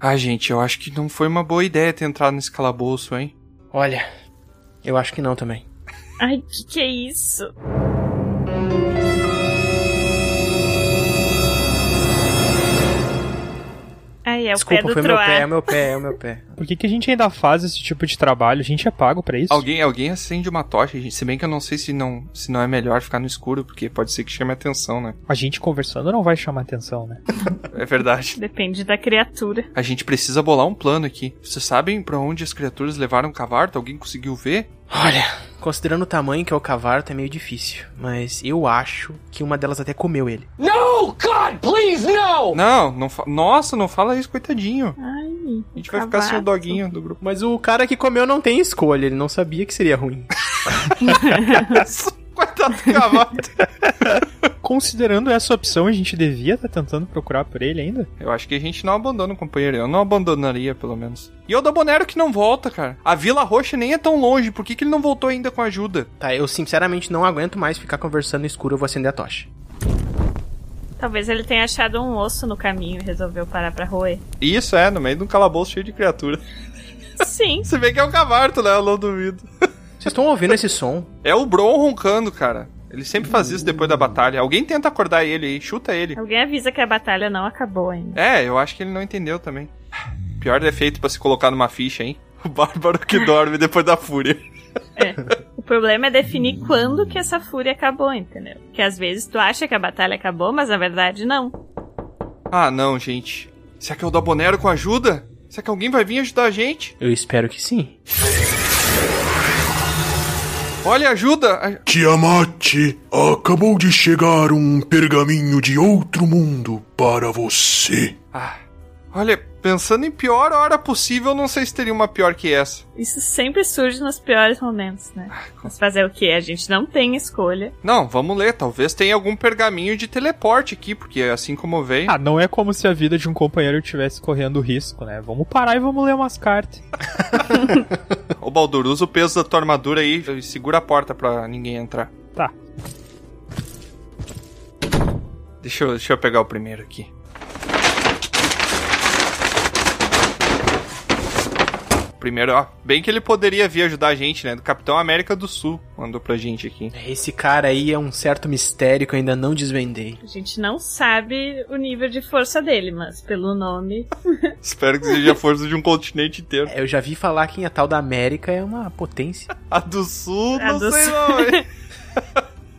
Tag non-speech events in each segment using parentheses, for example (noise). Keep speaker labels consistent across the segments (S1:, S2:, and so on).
S1: Ah, gente, eu acho que não foi uma boa ideia ter entrado nesse calabouço, hein?
S2: Olha, eu acho que não também.
S3: Ai, que que é isso? Ai, é o pé
S2: Desculpa,
S3: do
S2: foi meu
S3: Troar.
S2: pé, é o meu pé, é o meu pé.
S4: Por que, que a gente ainda faz esse tipo de trabalho? A gente é pago pra isso?
S1: Alguém, alguém acende uma tocha, gente. Se bem que eu não sei se não, se não é melhor ficar no escuro, porque pode ser que chame atenção, né?
S4: A gente conversando não vai chamar atenção, né?
S1: É verdade. (laughs)
S3: Depende da criatura.
S1: A gente precisa bolar um plano aqui. Vocês sabem pra onde as criaturas levaram o cavarto? Alguém conseguiu ver?
S2: Olha, considerando o tamanho que é o cavarto, é meio difícil. Mas eu acho que uma delas até comeu ele.
S1: Não, não fa... Nossa, não fala isso, coitadinho.
S3: Ai,
S1: A gente vai ficar sem o
S3: Cavarto.
S1: doguinho do grupo. (laughs)
S2: Mas o cara que comeu não tem escolha, ele não sabia que seria ruim.
S1: Coitado do cavarto.
S4: Considerando essa opção, a gente devia estar tentando procurar por ele ainda?
S1: eu acho que a gente não abandona o companheiro. Eu não abandonaria, pelo menos. E o Dabonero que não volta, cara. A Vila Roxa nem é tão longe. Por que, que ele não voltou ainda com ajuda?
S2: Tá, eu sinceramente não aguento mais ficar conversando no escuro, eu vou acender a tocha.
S3: talvez ele tenha achado um osso no caminho e resolveu parar pra
S2: (laughs)
S3: roer.
S1: Isso é, no meio de um calabouço cheio de criatura. (laughs)
S3: Sim,
S1: Você vê que é o cavarto, né? Eu não duvido.
S2: Vocês estão ouvindo esse som?
S1: É o Bron roncando, cara. Ele sempre faz isso depois da batalha. Alguém tenta acordar ele aí, chuta ele.
S3: alguém avisa que a batalha não acabou ainda.
S1: É, eu acho que ele não entendeu também. Pior defeito pra se colocar numa ficha, hein? (laughs) O bárbaro que dorme depois da fúria.
S3: O problema é definir quando que essa fúria acabou, entendeu? Porque às vezes tu acha que a batalha acabou, mas na verdade não.
S1: Ah, não, gente. Será que é o Dabonero com ajuda? Será que alguém vai vir ajudar a gente?
S2: Eu espero que sim.
S1: Olha, ajuda!
S5: Tiamat, acabou de chegar um pergaminho de outro mundo para você.
S1: Ah, olha, pensando em pior hora possível, não sei se teria uma pior que essa.
S3: Isso sempre surge nos piores momentos, né? Mas fazer o quê? A gente não tem escolha.
S1: Não, vamos ler. Talvez tenha algum pergaminho de teleporte aqui, porque assim como veio.
S4: Ah, não é como se a vida de um companheiro estivesse correndo risco, né? Vamos parar e vamos ler umas cartas.
S1: Ô, Baldur, usa o peso da tua armadura aí e segura a porta pra ninguém entrar.
S4: Tá.
S1: Deixa eu, deixa eu pegar o primeiro aqui. Primeiro, ó, bem que ele poderia vir ajudar a gente, né? Do Capitão América do Sul mandou pra gente aqui.
S2: Esse cara aí é um certo mistério que eu ainda não desvendei.
S3: A gente não sabe o nível de força dele, mas pelo nome.
S1: Espero que seja a força de um continente inteiro.
S2: Eu já vi falar que a tal da América é uma potência.
S1: A do Sul,
S3: A
S1: não
S3: do
S1: sei
S3: Sul.
S1: não, hein?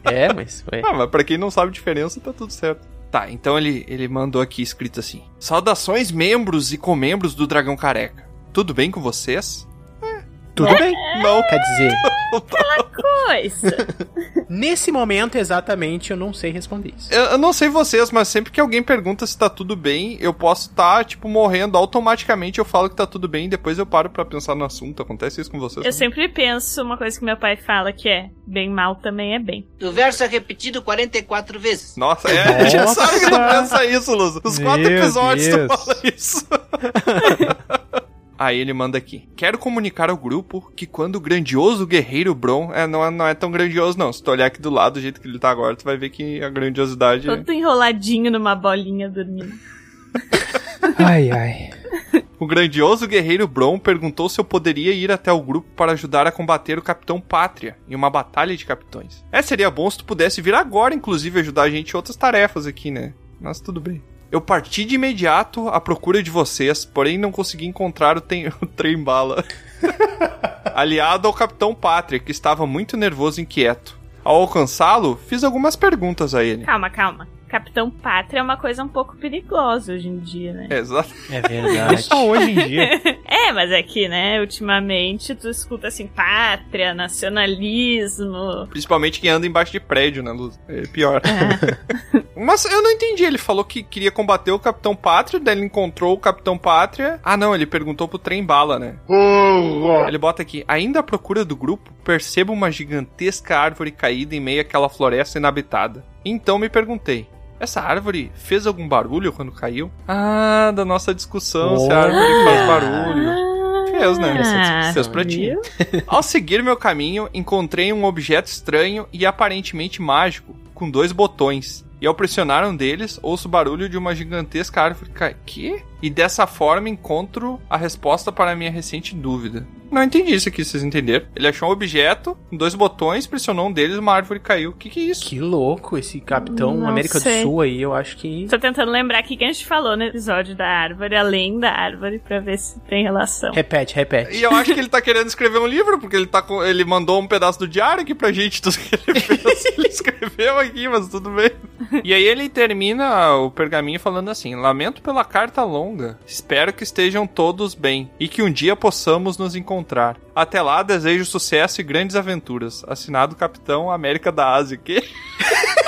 S2: É, mas ué.
S1: Ah, mas pra quem não sabe a diferença, tá tudo certo. Tá, então ele, ele mandou aqui escrito assim: Saudações, membros e comembros do Dragão Careca. Tudo bem com vocês?
S2: Tudo
S3: É.
S2: bem.
S1: Não.
S2: Quer dizer,
S3: Coisa!
S2: nesse momento exatamente eu não sei responder isso.
S1: Eu, eu não sei vocês, mas sempre que alguém pergunta se tá tudo bem, eu posso tá, tipo, morrendo automaticamente. Eu falo que tá tudo bem e depois eu paro pra pensar no assunto. Acontece isso com vocês? (laughs)
S3: Eu sempre penso uma coisa que meu pai fala que é bem mal também é bem.
S6: O verso é repetido 44 vezes.
S1: Nossa, é, a gente
S4: Nossa.
S1: sabe que tu pensa isso, Luz. Os
S4: Meu
S1: quatro episódios
S4: Deus.
S1: tu fala isso. Aí ele manda aqui. Quero comunicar ao grupo que quando o grandioso guerreiro Bron. É, não, é- não é tão grandioso, não. Se tu olhar aqui do lado, do jeito que ele tá agora, tu vai ver que a grandiosidade.
S3: Todo enroladinho numa bolinha dormindo.
S4: Ai, ai.
S1: O grandioso guerreiro Bron perguntou se eu poderia ir até o grupo para ajudar a combater o Capitão Pátria em uma batalha de capitões. É, seria bom se tu pudesse vir agora, inclusive, ajudar a gente em outras tarefas aqui, né? Mas tudo bem. Eu parti de imediato à procura de vocês, porém não consegui encontrar o, ten- (laughs) o trem-bala. Aliado ao Capitão Pátria, que estava muito nervoso e inquieto. Ao alcançá-lo, fiz algumas perguntas a ele.
S3: Calma, calma. Capitão Pátria é uma coisa um pouco perigosa hoje em dia, né?
S1: Exato.
S2: É verdade.
S4: Só hoje em (laughs) dia.
S3: É, mas é que, né, ultimamente tu escuta assim, pátria, nacionalismo.
S1: Principalmente quem anda embaixo de prédio, né, Luz? É pior. (laughs) Mas eu não entendi. Ele falou que queria combater o Capitão Pátria, daí ele encontrou o Capitão Pátria. Ah, não, ele perguntou pro trem bala, né? Ele bota aqui: ainda à procura do grupo, percebo uma gigantesca árvore caída em meio àquela floresta inabitada. Então me perguntei. Essa árvore fez algum barulho quando caiu? Ah, da nossa discussão se a árvore faz barulho. Fez, né?
S3: Ah,
S1: Fez pra ti.
S3: viu?
S1: Ao seguir meu caminho, encontrei um objeto estranho e aparentemente mágico, com dois botões. E ao pressionar um deles, ouço o barulho de uma gigantesca árvore ca... Que? e dessa forma encontro a resposta para a minha recente dúvida. Não entendi isso aqui, vocês entenderam? Ele achou um objeto, com dois botões, pressionou um deles, uma árvore caiu. O que, que é isso?
S2: Que louco esse Capitão
S3: Não
S2: América
S3: sei.
S2: do Sul aí, eu acho que.
S3: Tô tentando lembrar aqui que a gente falou no episódio da árvore, além da árvore, pra ver se tem relação.
S2: Repete, repete.
S1: E eu acho que ele tá querendo escrever um livro, porque ele tá com- ele mandou um pedaço do diário aqui pra gente, tudo que ele
S3: (laughs)
S1: fez, ele escreveu aqui, mas tudo bem. E aí ele termina o pergaminho falando assim: "Lamento pela carta longa. Espero que estejam todos bem e que um dia possamos nos encontrar. Até lá, desejo sucesso e grandes aventuras." Assinado Capitão América da Ásia. Que?
S2: (laughs)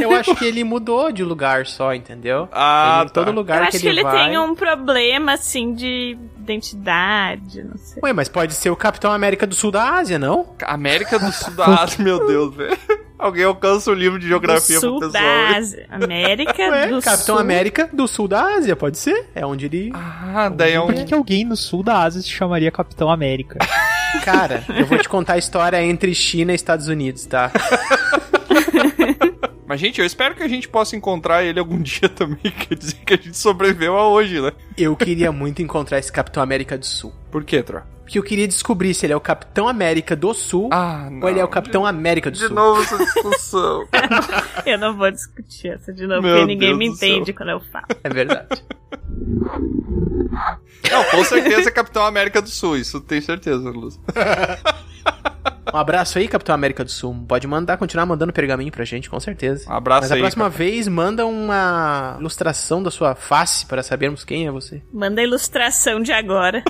S2: Eu acho que ele mudou de lugar só, entendeu?
S1: Ah,
S2: ele, em todo
S1: tá.
S2: lugar
S3: Eu acho que ele
S2: vai...
S3: tem um problema, assim, de identidade, não sei.
S2: Ué, mas pode ser o Capitão América do Sul da Ásia, não?
S1: América do Sul (laughs) da Ásia, meu Deus, velho. Alguém alcança o livro de geografia
S3: do sul
S1: pro pessoal.
S3: da
S1: aí.
S3: Ásia.
S2: (laughs)
S3: América
S2: Ué,
S3: É, do
S2: é? Capitão
S3: Sul.
S2: América do Sul da Ásia, pode ser? É onde ele.
S1: Ah, daí é um
S4: Por que, que alguém no sul da Ásia se chamaria Capitão América?
S2: Ah, Cara, eu vou te contar a história entre China e Estados Unidos, tá?
S1: Mas, gente, eu espero que a gente possa encontrar ele algum (laughs) dia também. Quer dizer que a gente sobreviveu a hoje, né?
S2: Eu queria muito encontrar esse Capitão América do Sul.
S1: Por quê, Tro?
S2: Porque eu queria descobrir se ele é o Capitão América do Sul
S1: Ah, não.
S2: ou ele é o Capitão América do
S1: De
S2: Sul.
S1: novo essa discussão.
S3: Eu não vou discutir essa de novo,
S1: Meu
S3: porque ninguém
S1: Deus
S3: me
S1: do céu.
S3: entende quando eu falo.
S2: É verdade.
S1: (laughs) não, com certeza é Capitão América do Sul. Isso tenho certeza, Luz.
S2: Um abraço aí, Capitão América do Sul. Pode mandar, continuar mandando pergaminho pra gente, com certeza.
S1: Um abraço
S2: Mas a
S1: aí.
S2: próxima vez, manda uma ilustração da sua face para sabermos quem é você.
S3: Manda a ilustração de agora.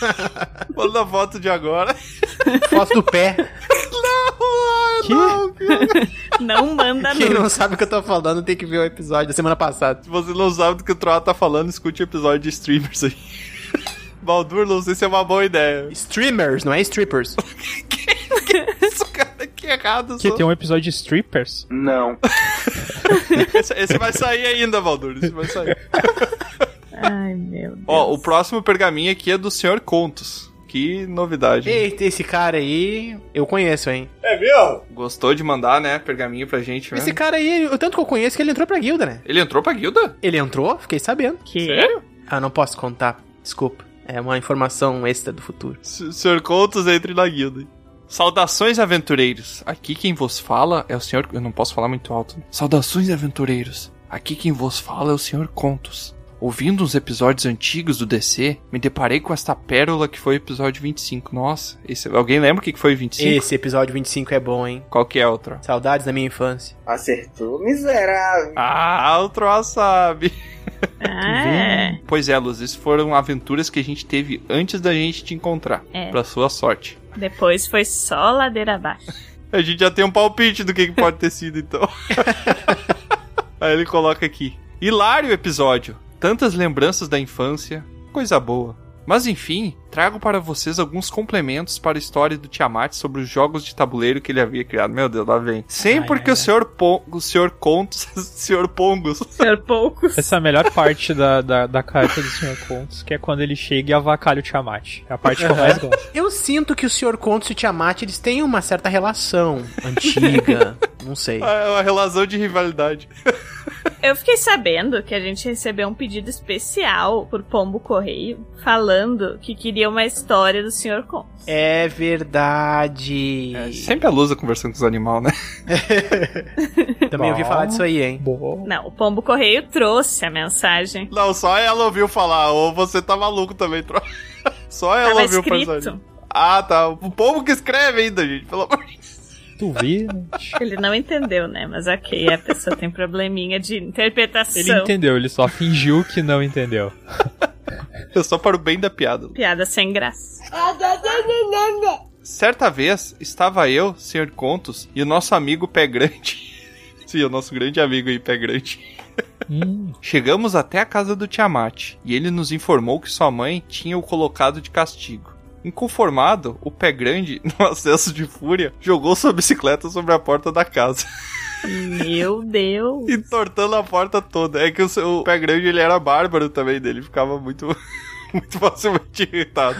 S1: cara. Manda a foto de agora. (laughs)
S2: Foto do pé.
S1: Não,
S4: Que?
S1: não, cara.
S3: Não manda
S2: (laughs) Quem
S3: nude.
S2: não sabe o que eu tô falando tem que ver o episódio da semana passada.
S1: Se você não sabe do que o Troá tá falando, escute o episódio de streamers aí. (laughs) Baldur, não sei se é uma boa
S2: (laughs)
S1: ideia.
S2: Streamers, não é strippers.
S1: Isso, cara, que errado.
S4: Que
S1: só.
S4: tem um episódio de strippers?
S1: Esse, esse vai sair ainda, Baldur. Esse vai sair.
S3: Ai, meu Deus.
S1: Ó, o próximo pergaminho aqui é do Senhor Contos. Que novidade.
S2: Eita, esse cara aí, eu conheço, hein?
S1: Gostou de mandar, né, pergaminho pra gente, né?
S2: Esse cara aí, o tanto que eu conheço que ele entrou pra guilda, né?
S1: Ele entrou pra guilda?
S2: Ele entrou, fiquei sabendo.
S3: Que?
S2: Ah, não posso contar. Desculpa. É uma informação extra do futuro.
S1: S- Senhor Contos, entre na guilda. Saudações, aventureiros. Aqui quem vos fala é o senhor... Eu não posso falar muito alto. Saudações, aventureiros. Aqui quem vos fala é o senhor Contos. Ouvindo uns episódios antigos do DC, me deparei com esta pérola que foi o episódio 25. Nossa, esse... alguém lembra o que que foi o 25?
S2: Esse episódio 25 é bom, hein?
S1: Qual que é, outra?
S2: Saudades da minha infância.
S7: Acertou, miserável.
S1: Ah, o Troá sabe.
S3: Ah, é.
S1: Pois é, Luz, isso foram aventuras que a gente teve antes da gente te encontrar.
S3: É.
S1: Pra sua sorte.
S3: Depois foi só ladeira abaixo.
S1: A gente já tem um palpite do que, que pode ter sido, então. Aí ele coloca aqui. Hilário episódio. Tantas lembranças da infância. Coisa boa. Mas enfim, trago para vocês alguns complementos para a história do Tiamat sobre os jogos de tabuleiro que ele havia criado. Meu Deus, lá vem. Sempre
S2: Ai,
S1: que o
S2: ai,
S1: senhor Pon... o senhor Contos, (laughs) senhor Pongos,
S3: Senhor poucos.
S4: Essa é a melhor parte da, da, da carta do Senhor Contos, que é quando ele chega e avacalha o Tiamat. É a parte que eu mais (laughs) gosto.
S2: Eu sinto que o Sr. Contos e o Tiamat, eles têm uma certa relação (laughs) antiga. não sei.
S1: é uma relação de rivalidade.
S3: Eu fiquei sabendo que a gente recebeu um pedido especial por Pombo Correio falando que queria uma história do Senhor Contos.
S2: É verdade.
S1: É, sempre a Lusa conversando com os animais, né?
S2: Também ouvi falar disso aí, hein?
S4: Bom.
S3: Não, o Pombo Correio trouxe a mensagem.
S1: Não, só ela ouviu falar, ou você tá maluco também, tro... (laughs) Só ela
S3: Tava
S1: ouviu pensar.
S3: escrito.
S1: Ah, tá. O povo que escreve ainda, gente. Pelo amor de
S4: Tu vi?
S3: Ele não entendeu, né? Mas ok, a pessoa tem probleminha de interpretação.
S4: Ele entendeu, ele só fingiu que não entendeu.
S1: Deus. Só para o bem da piada.
S3: Piada sem graça.
S1: Certa vez, estava eu, Sr. Contos, e o nosso amigo Pé Grande. (laughs) Sim, o nosso grande amigo aí, Pé Grande.
S4: Hum,
S1: (laughs) Chegamos até a casa do Tiamat, e ele nos informou que sua mãe tinha o colocado de castigo. Inconformado, o Pé Grande, (laughs) no acesso de fúria, jogou sua bicicleta sobre a porta da casa,
S3: Meu Deus.
S1: entortando a porta toda. É que o, seu- o Pé Grande, ele era bárbaro também, dele ficava muito... (laughs) Muito facilmente irritado.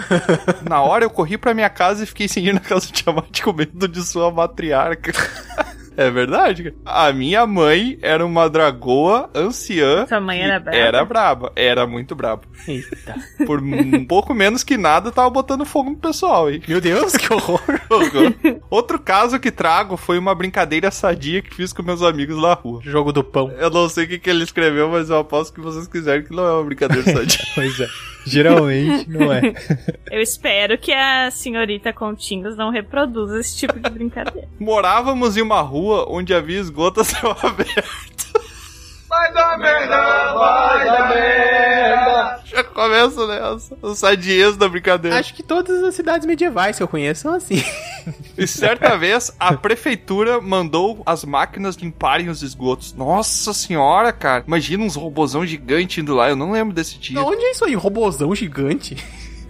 S1: Na hora eu corri pra minha casa e fiquei sem ir na casa do Tiamat com medo de sua matriarca. (laughs) É verdade. cara. A minha mãe era uma dragoa anciã.
S3: Sua mãe
S1: que
S3: era braba?
S1: Era braba. Era muito braba.
S2: Eita.
S1: Por (laughs) um pouco menos que nada, tava botando fogo no pessoal, hein?
S2: Meu Deus, que horror.
S1: (laughs) Outro caso que trago foi uma brincadeira sadia que fiz com meus amigos na rua.
S2: Jogo do pão.
S1: Eu não sei o que, que ele escreveu, mas eu aposto que vocês quiserem que não é uma brincadeira
S4: (laughs)
S1: sadia.
S4: Pois é. Geralmente não é.
S3: Eu espero que a senhorita Continhos não reproduza esse tipo de brincadeira. (laughs)
S1: Morávamos em uma rua onde havia esgoto a céu (laughs) aberto. Já começa nessa. O sadiez da brincadeira.
S2: Acho que todas as cidades medievais que eu conheço são assim.
S1: E certa vez, a prefeitura mandou as máquinas limparem os esgotos. Nossa senhora, cara. Imagina uns robozão gigante indo lá. Eu não lembro desse dia.
S2: Onde é isso aí? Robozão gigante?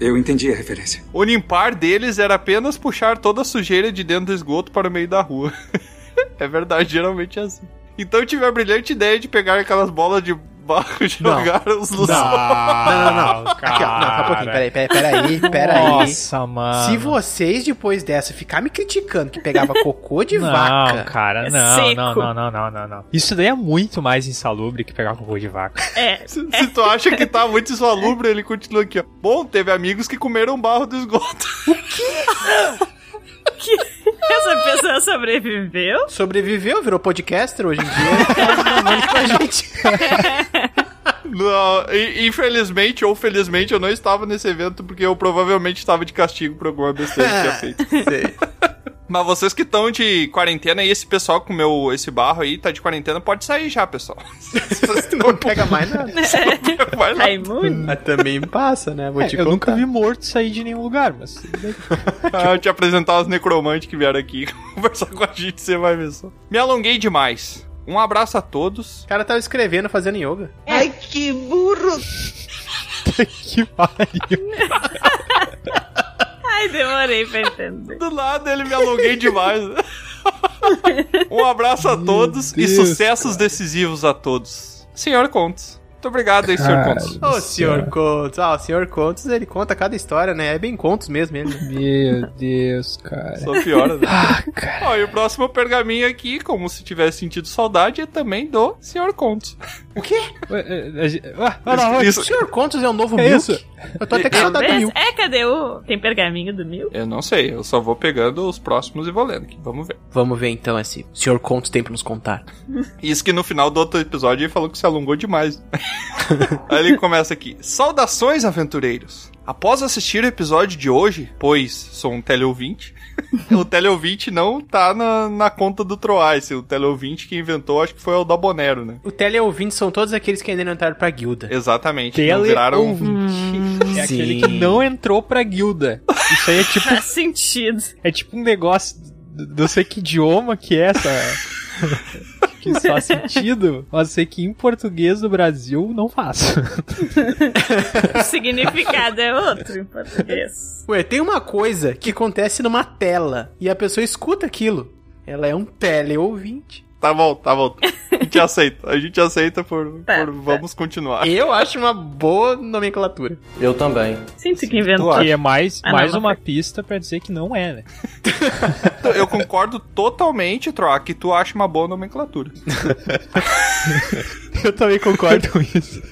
S8: Eu entendi a referência.
S1: O limpar deles era apenas puxar toda a sujeira de dentro do esgoto para o meio da rua. (laughs) é verdade, geralmente é assim. Então eu tive a brilhante ideia de pegar aquelas bolas de barro e
S2: Não.
S1: jogar os no
S2: Não. Não, não, não. Aqui, ó. Não, só um pouquinho. Peraí, peraí, peraí. peraí.
S4: Nossa, mano.
S2: Se vocês, depois dessa, ficar me criticando que (laughs) pegava cocô de
S4: não,
S2: vaca...
S4: cara,
S3: É
S4: não,
S3: seco.
S4: não, não, não, não, não, não. Isso daí é muito mais insalubre que pegar cocô
S2: (laughs)
S4: de vaca.
S3: É,
S1: (laughs) Se, se tu acha que tá muito insalubre, ele continua aqui, ó. Bom, teve amigos que comeram um barro do esgoto. (laughs)
S3: que essa pessoa sobreviveu?
S2: Sobreviveu, virou podcaster hoje em (laughs) dia.
S1: Não, e- infelizmente ou felizmente eu não estava nesse evento porque eu provavelmente estava de castigo por alguma besteira que
S2: (laughs)
S1: tinha feito. Mas vocês que estão de quarentena e esse pessoal com meu, esse barro aí tá de quarentena, pode sair já, pessoal. (laughs)
S2: Você não pega mais nada.
S1: Vai lá.
S3: Tá imune?
S2: Mas também passa, né? Vou
S4: É,
S2: te
S4: eu nunca
S2: contar.
S4: vi morto sair de nenhum lugar, mas. tudo bem.
S1: Ah, eu te apresentar os necromantes que vieram aqui (laughs) conversar com a gente, você vai ver só. Me alonguei demais. Um abraço a todos.
S2: O cara tava escrevendo, fazendo yoga.
S6: Ai, que burro!
S4: que (laughs) pariu.
S3: Ai, demorei pra entender.
S1: Do lado ele me alonguei demais. um abraço a todos
S4: Deus,
S1: e sucessos decisivos a todos. Senhor Contes. Muito obrigado aí, senhor
S4: Cara.
S1: Contes.
S2: Ô,
S4: Nossa.
S2: senhor Contos. Ah, o senhor Contos, ele conta cada história, né? É bem Contos mesmo, (laughs) ele.
S4: Meu Deus, cara.
S1: Só piora, né?
S4: Ah, cara.
S1: Ó, e o próximo pergaminho aqui, como se tivesse sentido saudade, é também do senhor Contes.
S4: Ué, é, é, é, ah, vai lá, vai.
S2: O senhor Contos é o novo
S4: É
S2: Milk?
S4: isso.
S2: Eu tô até com saudade tá do
S3: Talvez.
S2: Milk.
S3: É, cadê o. Tem pergaminho do Mil?
S1: Eu não sei, eu só vou pegando os próximos e vou lendo aqui. Vamos ver.
S2: Vamos ver então esse senhor Contos tem pra nos contar.
S1: Isso que no final do outro episódio ele falou que se alongou demais. Aí ele começa aqui. Saudações, aventureiros! Após assistir o episódio de hoje, pois sou um teleouvinte, (laughs) o teleouvinte não tá na, na conta do Troice. O teleouvinte que inventou, acho que foi o Dabonero, né?
S2: O teleouvinte são todos aqueles que ainda não entraram pra guilda.
S1: Exatamente. não
S2: um
S1: viraram um-
S4: Teleouvinte. É aquele
S2: Sim.
S4: que não entrou pra guilda. Isso aí é tipo,
S3: Faz sentido.
S4: é tipo um negócio. d- Não sei que idioma que é (laughs) essa. que faz sentido, mas sei que em português do Brasil não faz.
S3: O significado é outro em português.
S2: Ué, tem uma coisa que acontece numa tela e a pessoa escuta aquilo. Ela é um teleouvinte.
S1: Tá bom, tá bom. A gente aceita. A gente aceita por,
S3: Tá,
S1: por
S3: tá.
S1: vamos continuar.
S2: Eu acho uma boa nomenclatura.
S9: Eu também.
S3: Sinto que inventou.
S1: Claro.
S4: Que é mais,
S3: Ah, não,
S4: mais
S3: não
S4: uma pista pra dizer que não é, né?
S1: Eu concordo totalmente, Troa, que tu acha uma boa nomenclatura.
S4: (laughs) Eu também concordo com isso.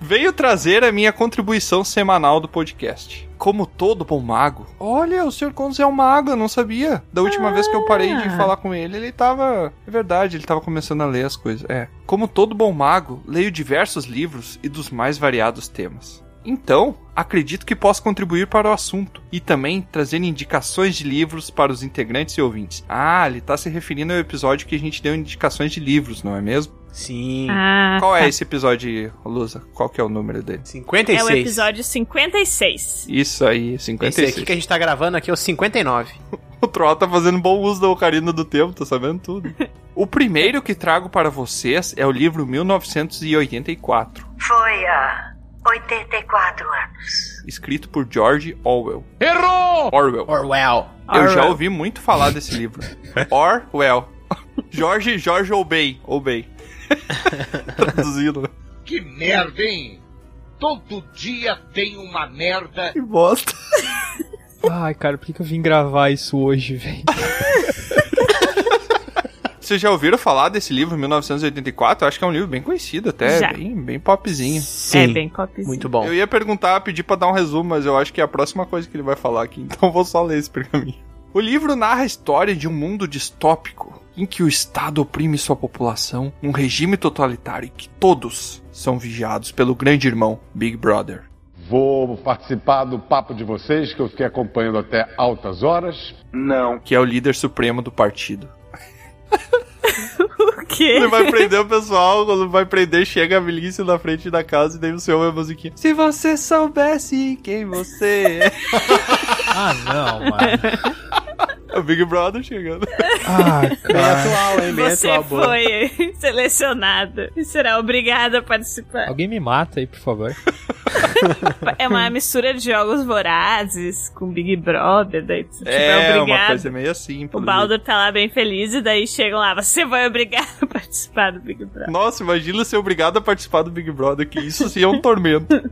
S1: Veio trazer a minha contribuição semanal do podcast. Como todo bom mago. Olha, o Sr. Condes é um mago, eu não sabia. Da última vez que eu parei de falar com ele, ele tava. É verdade, ele tava começando a ler as coisas. É. Como todo bom mago, leio diversos livros e dos mais variados temas. Então, acredito que posso contribuir para o assunto e também trazer indicações de livros para os integrantes e ouvintes. Ah, ele tá se referindo ao episódio que a gente deu indicações de livros, não é mesmo?
S2: Sim.
S3: Ah,
S1: Qual é esse episódio, Lusa? Qual que é o número dele?
S2: 56.
S3: é o episódio 56.
S1: Isso aí,
S2: Esse
S1: 56.
S2: aqui que a gente tá gravando aqui é o 59.
S1: O Troll tá fazendo bom uso da Ocarina do Tempo, tá sabendo tudo. (laughs) o primeiro que trago para vocês é o livro 1984,
S10: Foi há 84 anos.
S1: escrito por George Orwell. Errou! Orwell.
S2: Orwell.
S1: Eu já ouvi muito falar desse (laughs) livro. Orwell. George, George Obey. (laughs) Obey. Traduzindo.
S11: Que merda, hein? Todo dia tem uma merda.
S1: Que bosta.
S4: Ai, cara, por que que eu vim gravar isso hoje, velho?
S1: Vocês já ouviram falar desse livro, 1984? Eu acho que é um livro bem conhecido até,
S3: Já.
S1: bem, bem popzinho.
S2: Sim.
S3: É bem popzinho.
S2: Muito bom.
S1: Eu ia perguntar, pedir pra dar um resumo, mas eu acho que é a próxima coisa que ele vai falar aqui, (laughs) então eu vou só ler esse pergaminho. O livro narra a história de um mundo distópico em que o Estado oprime sua população num regime totalitário em que todos são vigiados pelo grande irmão Big Brother.
S9: Vou participar do papo de vocês, que eu fiquei acompanhando até altas horas.
S1: Não. Que é o líder supremo do partido.
S3: O quê?
S1: (laughs) Ele vai prender o pessoal, quando vai prender, chega a milícia na frente da casa e daí você ouve a musiquinha. Se você soubesse quem você é.
S4: Ah, não, mano.
S1: É (laughs) o Big Brother chegando.
S2: (laughs) Bem atual, hein? Bem
S3: Você
S2: atual, é boa.
S3: foi (laughs) selecionado e será obrigado a participar.
S4: Alguém me mata aí, por favor.
S3: É uma mistura de jogos vorazes com Big Brother, daí tu tipo, é
S1: É, uma
S3: obrigado.
S1: coisa meio assim.
S3: O
S1: pelo jeito.
S3: Baldur tá lá bem feliz e daí chegam lá, você vai obrigado a participar do Big Brother.
S1: Nossa, imagina ser obrigado a participar do Big Brother, que isso sim é um tormento. (laughs)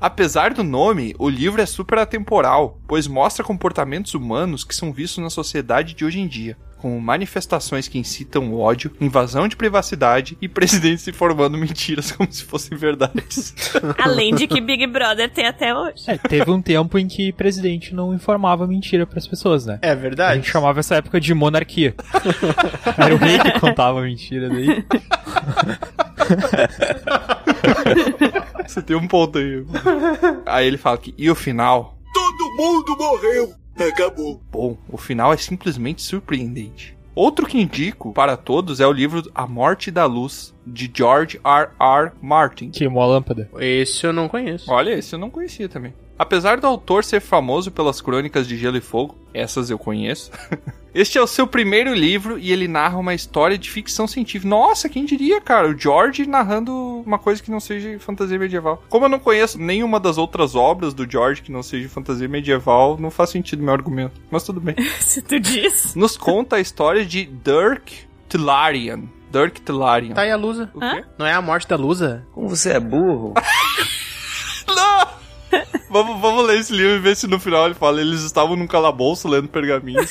S1: Apesar do nome, o livro é super atemporal, pois mostra comportamentos humanos que são vistos na sociedade de hoje em dia, como manifestações que incitam o ódio, invasão de privacidade e presidentes informando mentiras como se fossem verdades.
S3: Além de que Big Brother tem até hoje. (laughs)
S4: É, teve um tempo em que presidente não informava mentira pras pessoas, né?
S2: É
S4: A
S2: verdade.
S4: gente chamava essa época de (laughs) monarquia. Era o rei que contava mentira daí.
S1: Você tem um ponto aí. Aí ele fala que, e o final?
S5: Todo mundo morreu. Acabou.
S1: Bom, o final é simplesmente surpreendente. Outro que indico para todos é o livro A Morte da Luz, de George R. R. Martin.
S4: Queimou a lâmpada.
S2: Esse eu não conheço.
S1: Olha, esse eu não conhecia também. Apesar do autor ser famoso pelas crônicas de Gelo e Fogo, essas eu conheço. (laughs) Este é o seu primeiro livro e ele narra uma história de ficção científica. Nossa, quem diria, cara? O George narrando uma coisa que não seja fantasia medieval. Como eu não conheço nenhuma das outras obras do George que não seja fantasia medieval, não faz sentido meu argumento. Mas tudo bem
S3: Se tu diz.
S1: nos conta a história de Dirk Tillarian. Dirk Tillarian.
S2: Tá aí a Lusa.
S1: O quê?
S2: Não é a morte da Lusa?
S6: Como você é burro?
S1: Vamos, vamos ler esse livro e ver se no final ele fala. Eles estavam num calabouço lendo pergaminhos.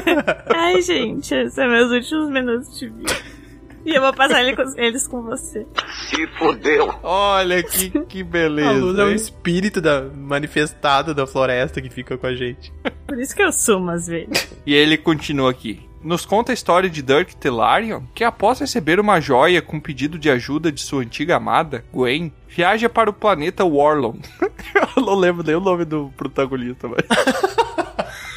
S1: (laughs)
S3: Ai, gente, esses são meus últimos minutos de vida. E eu vou passar ele com- eles com você.
S11: Se fodeu.
S1: Olha que, que
S2: A Lusa é
S1: beleza.
S2: um
S1: hein?
S2: espírito da, manifestado da floresta que fica com a gente.
S3: Por isso que eu sumo às vezes.
S1: E ele continua aqui. Nos conta a história de Dirk Tillarion, que após receber uma joia com pedido de ajuda de sua antiga amada, Gwen, viaja para o planeta Warlon. (laughs) Eu não lembro nem o nome do protagonista, (laughs) mas...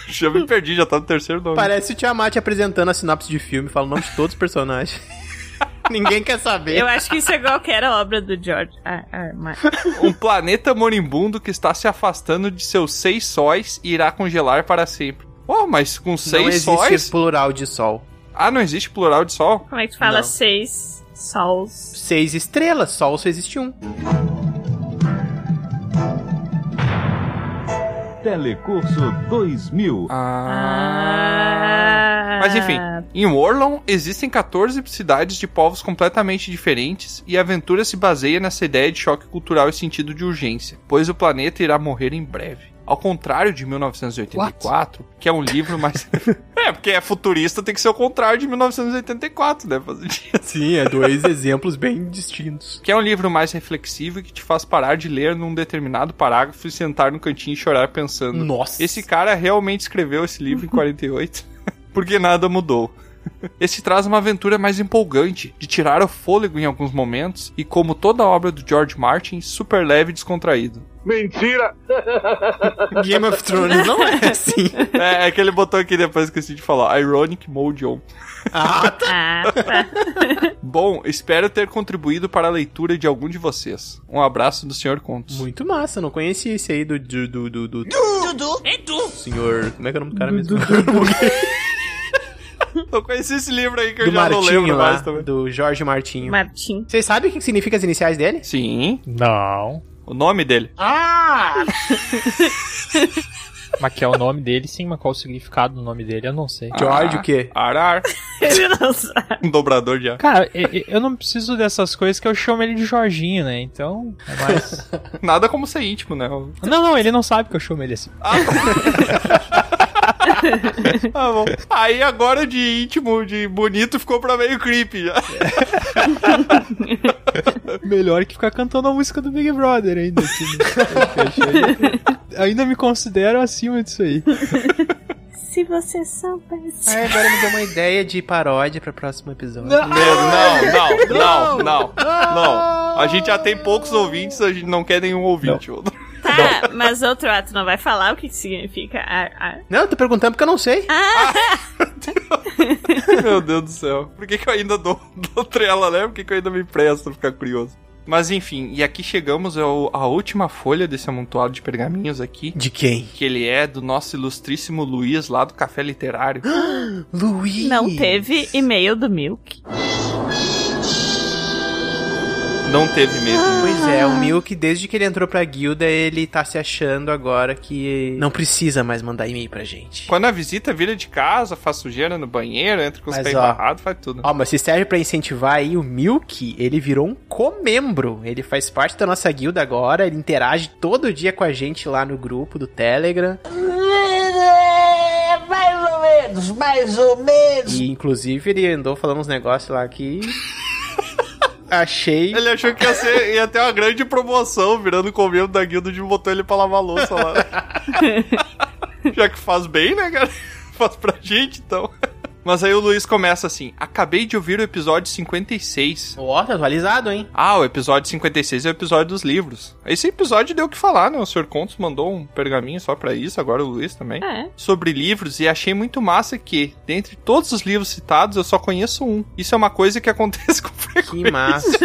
S1: Já me perdi, já tá no terceiro nome.
S2: Parece o Tiamat apresentando a sinopse de filme, fala o nome de todos os personagens. (laughs) Ninguém quer saber.
S3: Eu acho que isso é qualquer obra do George. Ah, ah, mas...
S1: Um planeta moribundo que está se afastando de seus seis sóis e irá congelar para sempre. Oh, mas com
S2: Não
S1: seis
S2: existe
S1: sóis?
S2: plural de sol.
S1: Ah, não existe plural de sol?
S3: Como é que tu fala
S2: Não.
S3: seis sols?
S2: Seis estrelas, sol só existe um.
S9: Telecurso 2000.
S1: Ah. Mas enfim, em Warlon existem 14 cidades de povos completamente diferentes e a aventura se baseia nessa ideia de choque cultural e sentido de urgência, pois o planeta irá morrer em breve. Ao contrário de 1984, que é um livro
S2: (laughs)
S1: mais. é, porque é futurista, tem que ser o contrário de 1984, né? Fazer
S2: Sim, é dois (laughs) exemplos bem distintos.
S1: que é um livro mais reflexivo e que te faz parar de ler num determinado parágrafo e sentar no cantinho e chorar pensando.
S2: Nossa.
S1: Esse cara realmente escreveu esse livro em 48? (laughs) Porque nada mudou. Esse traz uma aventura mais empolgante, de tirar o fôlego em alguns momentos e, como toda a obra do George Martin, super leve e descontraído.
S11: Mentira!
S2: Game of Thrones não (laughs) é assim.
S1: É, é que ele botou aqui depois, esqueci de falar. Ironic Mode On.
S2: Ah,
S3: Ah, tá.
S1: Bom, espero ter contribuído para a leitura de algum de vocês. Um abraço do Sr. Contos.
S2: muito massa, não conhecia esse aí do. do. do. do, do
S6: Dudu? É tu!
S2: senhor. Como é que é o nome do cara mesmo? (laughs)
S1: Eu conheci esse livro aí que eu
S2: do
S1: já não
S2: Martinho
S1: lembro
S2: lá.
S1: mais também.
S2: Do Jorge Martinho.
S3: Martim.
S2: Vocês sabem o que significa as iniciais dele?
S1: Sim,
S4: Não.
S1: o nome dele.
S11: Ah!
S4: Mas que é o nome dele, sim, mas qual o significado do nome dele? Eu não sei.
S2: George o quê?
S1: Arar,
S3: Ele não sabe.
S1: (laughs) um dobrador de ar.
S4: Cara, e- e- eu não preciso dessas coisas que eu chamo ele de Jorginho, né? Então,
S1: (laughs)
S4: é mais.
S1: Nada como ser íntimo, né?
S4: não, não, ele não sabe que eu chamo ele assim.
S1: Tá bom. Aí agora de íntimo, de bonito, ficou pra meio creepy já.
S4: Melhor que ficar cantando a música do Big Brother ainda. que
S1: (laughs)
S4: não- ainda me considero acima disso aí.
S3: Se você soubesse.
S2: Aí É, agora me deu uma ideia de paródia pra próximo episódio.
S1: Não, não, não, não, não. A gente já tem poucos ouvintes, a gente não quer nenhum ouvinte.
S3: Tá, mas outro ato não vai falar o que que significa ar, ar.
S2: Não, eu tô perguntando porque eu não sei.
S1: (laughs)
S3: Ah.
S1: Meu Deus do céu. Por que, que eu ainda dou, (laughs) dou trela, né? Por que, que eu ainda me presto a ficar curioso? Mas enfim, e aqui chegamos ao, à última folha desse amontoado de pergaminhos aqui.
S2: De quem?
S1: Que ele é do nosso ilustríssimo Luiz lá do Café Literário.
S2: Luiz.
S3: Não teve e-mail do Milk.
S1: Não teve mesmo.
S2: Pois
S3: Ah.
S2: é, o Milk, desde que ele entrou pra guilda, ele tá se achando agora que não precisa mais mandar e-mail pra gente.
S1: Quando a visita vira de casa, faz sujeira no banheiro, entra com os
S2: Mas,
S1: pés
S2: ó,
S1: embarrados, faz tudo.
S2: Ó, mas se serve pra incentivar aí, o Milk, ele virou um comembro. Ele faz parte da nossa guilda agora, ele interage todo dia com a gente lá no grupo do Telegram.
S6: É, mais ou menos, mais ou menos.
S2: E inclusive ele andou falando uns negócios lá que. Achei.
S1: Ele achou que ia, ser, ia ter uma grande promoção, virando comendo da guilda de botou ele pra lavar louça
S2: (laughs)
S1: lá. Já que faz bem, né, cara? (laughs) Faz pra gente, então. Mas aí o Luiz começa assim: Acabei de ouvir o episódio 56.
S2: Ó, tá atualizado, hein?
S1: Ah, o episódio 56 é o episódio dos livros. Esse episódio deu o que falar, né? O Sr. Contos mandou um pergaminho só pra isso, agora o Luiz também.
S3: É.
S1: Sobre livros, e achei muito massa que, dentre todos os livros citados, eu só conheço um. Isso é uma coisa que (laughs) acontece com
S2: Que massa.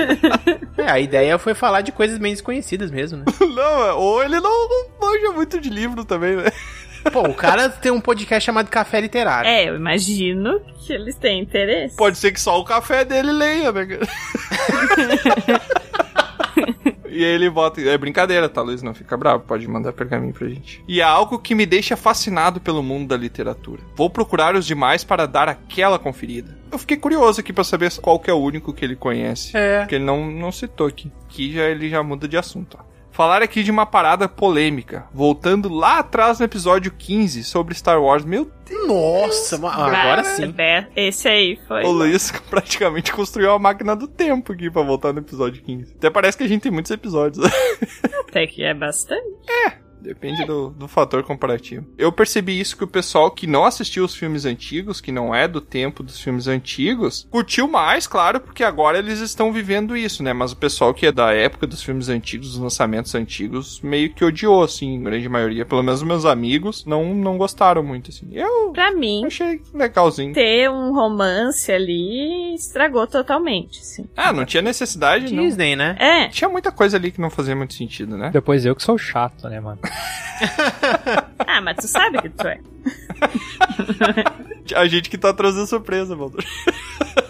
S2: É, a ideia foi falar de coisas bem desconhecidas mesmo, né?
S1: Não, é- ou ele não, não manja muito de livro também, né?
S2: Pô, o cara tem um podcast chamado Café Literário.
S3: É, eu imagino que eles têm interesse.
S1: Pode ser que só o café dele leia, né? cara? (laughs) E aí ele bota. É brincadeira, tá, Luiz? Não fica bravo, pode mandar pergaminho pra gente. E é algo que me deixa fascinado pelo mundo da literatura. Vou procurar os demais para dar aquela conferida. Eu fiquei curioso aqui pra saber qual que é o único que ele conhece.
S2: É.
S1: Porque ele não, não citou aqui. Que já, ele já muda de assunto, ó. Falar aqui de uma parada polêmica. Voltando lá atrás no episódio 15 sobre Star Wars. Meu
S2: Nossa, ma- agora sim.
S3: Be- né? Esse aí tá. foi.
S1: O Luiz (laughs) praticamente construiu a máquina do tempo aqui pra voltar no episódio 15. Até parece que a gente tem muitos episódios. né?
S3: Até que é bastante.
S1: (laughs) Depende do, do fator comparativo. Eu percebi isso que o pessoal que não assistiu os filmes antigos, que não é do tempo dos filmes antigos, curtiu mais, claro, porque agora eles estão vivendo isso, né? Mas o pessoal que é da época dos filmes antigos, dos lançamentos antigos, meio que odiou, assim, em grande maioria. Pelo menos meus amigos não, não gostaram muito, assim. Eu
S3: Pra mim,
S1: achei legalzinho.
S3: ter um romance ali estragou totalmente, assim. sim.
S1: Ah, não tinha necessidade, não.
S2: Disney, né?
S3: É,
S1: Tinha muita coisa ali que não fazia muito sentido, né?
S4: Depois eu que sou chato, né, mano?
S3: ah, mas tu sabe que tu é.
S1: (laughs) A gente que tá trazendo surpresa, Baldur.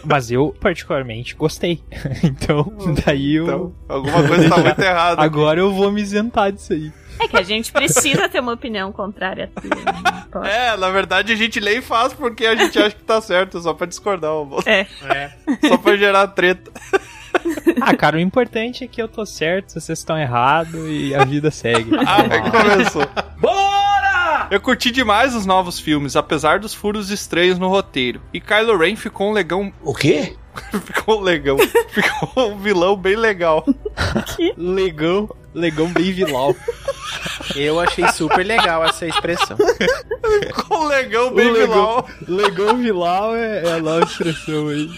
S4: Mas eu, particularmente, gostei. (laughs) Então, daí eu.
S1: Então, alguma coisa tá muito errada.
S4: Agora eu vou me isentar
S1: (laughs)
S4: disso aí.
S3: É que a gente precisa ter uma opinião contrária a tua. né? não pode.
S1: É, na verdade a gente lê e faz porque a gente acha que tá certo, só pra discordar, ô, Baldur.
S3: É.
S1: Só pra gerar treta.
S4: Ah, cara, o importante é que eu tô certo, vocês estão errados e a vida segue.
S1: Ah,
S4: (laughs)
S1: começou. Bora! Eu curti demais os novos filmes, apesar dos furos estranhos no roteiro. E Kylo Ren ficou um legão. (laughs)
S6: O quê?
S1: Ficou um legão. ficou um vilão bem legal.
S4: Legão, legão bem vilão.
S2: Eu achei super legal essa expressão.
S1: Ficou um legão bem
S4: Um
S1: vilão.
S4: legão. Legão vilão é, é a nova expressão aí.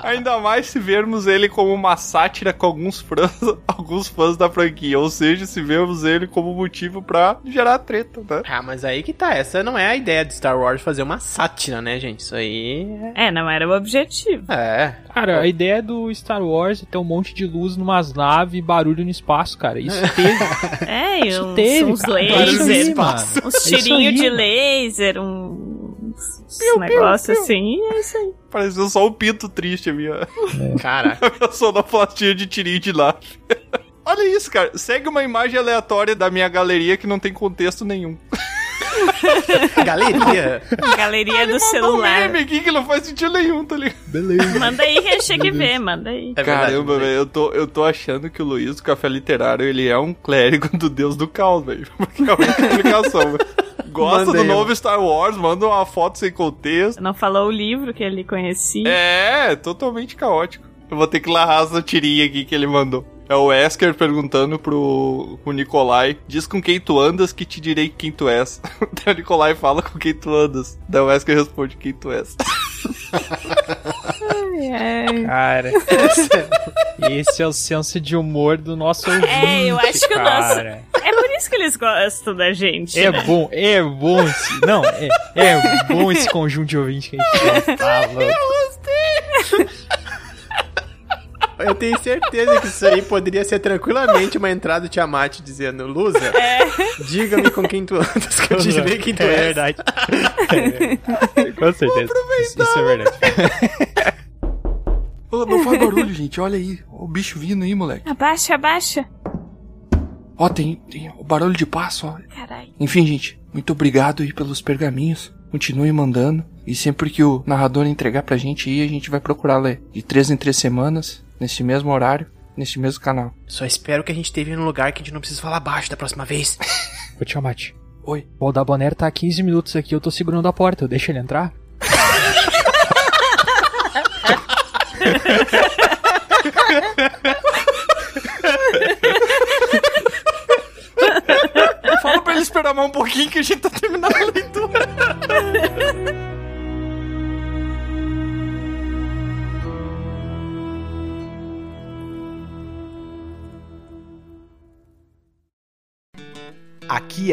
S1: Ainda mais se vermos ele como uma sátira com alguns fãs, (laughs) alguns fãs da franquia. Ou seja, se vermos ele como motivo pra gerar treta, né?
S2: Ah, mas aí que tá. Essa não é a ideia de Star Wars fazer uma sátira, né, gente? Isso aí
S3: É, não era o objetivo.
S2: é. É.
S4: Cara, a ideia do Star Wars é ter um monte de luz numas naves e barulho no espaço, cara. Isso teve.
S3: É, e
S4: Isso
S3: uns,
S4: teve,
S3: uns
S4: cara. Barulho no
S3: lasers,
S4: espaço.
S3: uns
S4: Isso aí,
S3: tirinhos de
S4: mano.
S3: laser, uns, uns negócios assim. é isso aí.
S1: Pareceu só um pinto triste a minha, (laughs)
S4: (laughs)
S2: Cara,
S1: a minha sonoplastia de tirinho de lá. (laughs) Olha isso, cara. Segue uma imagem aleatória da minha galeria que não tem contexto nenhum.
S2: galeria.
S3: Galeria do
S1: Mandou
S3: celular.
S1: Um meme aqui que não faz sentido nenhum, tá ligado?
S4: Beleza.
S3: Manda aí que a gente que vê, manda aí.
S2: É verdade,
S1: Caramba,
S2: né?
S1: velho, eu tô, eu tô achando que o Luiz
S5: (laughs)
S1: do Café Literário, ele é um clérigo do deus do caos, velho. Porque é uma explicação, velho.
S5: gosta
S1: Mandei,
S5: do novo Star Wars, manda uma foto sem contexto.
S3: Não falou o livro que ele conhecia.
S5: É, totalmente caótico. Eu vou ter que larrar essa tirinha aqui que ele mandou. É o Esker perguntando pro, pro Nikolai: Diz com quem tu andas que te direi quem tu és. (laughs) Daí o Nikolai fala com quem tu andas. Daí o Esker responde quem tu és.
S4: É.
S3: Ai, ai.
S4: Cara, (laughs) esse, esse é o senso de humor do nosso ouvinte,
S3: É, eu acho que o nosso-
S4: cara.
S3: É por isso que eles gostam da gente.
S4: É
S3: né?
S4: bom, é bom esse... Não, é, é bom esse conjunto de ouvinte que a
S3: (laughs)
S4: gente tem. Tá louco.
S1: Eu tenho certeza que isso aí poderia ser tranquilamente uma entrada do Tiamat dizendo, Lusa, diga-me com quem tu andas que eu te direi quem tu
S4: É
S1: és.
S4: verdade. (laughs) É verdade. Com certeza. Isso, isso é verdade.
S5: Ô, não faz barulho, (laughs) gente. Olha aí. Ó, o bicho vindo aí, moleque.
S3: Abaixa, abaixa.
S5: Ó, tem, tem o barulho de passo, ó.
S3: Caralho.
S5: Enfim, gente, muito obrigado aí pelos pergaminhos. Continue mandando. E sempre que o narrador entregar pra gente aí, a gente vai procurar ler. De três em três semanas, nesse mesmo horário, nesse mesmo canal.
S1: Só espero que a gente esteja num lugar que a gente não precisa falar baixo da próxima vez.
S4: Ô, Tiamat.
S5: Oi.
S4: O Aldabonero tá há 15 minutos aqui, eu tô segurando a porta, eu deixo ele entrar?
S5: Fala pra ele esperar mais um pouquinho que a gente tá terminando a leitura.
S2: Aqui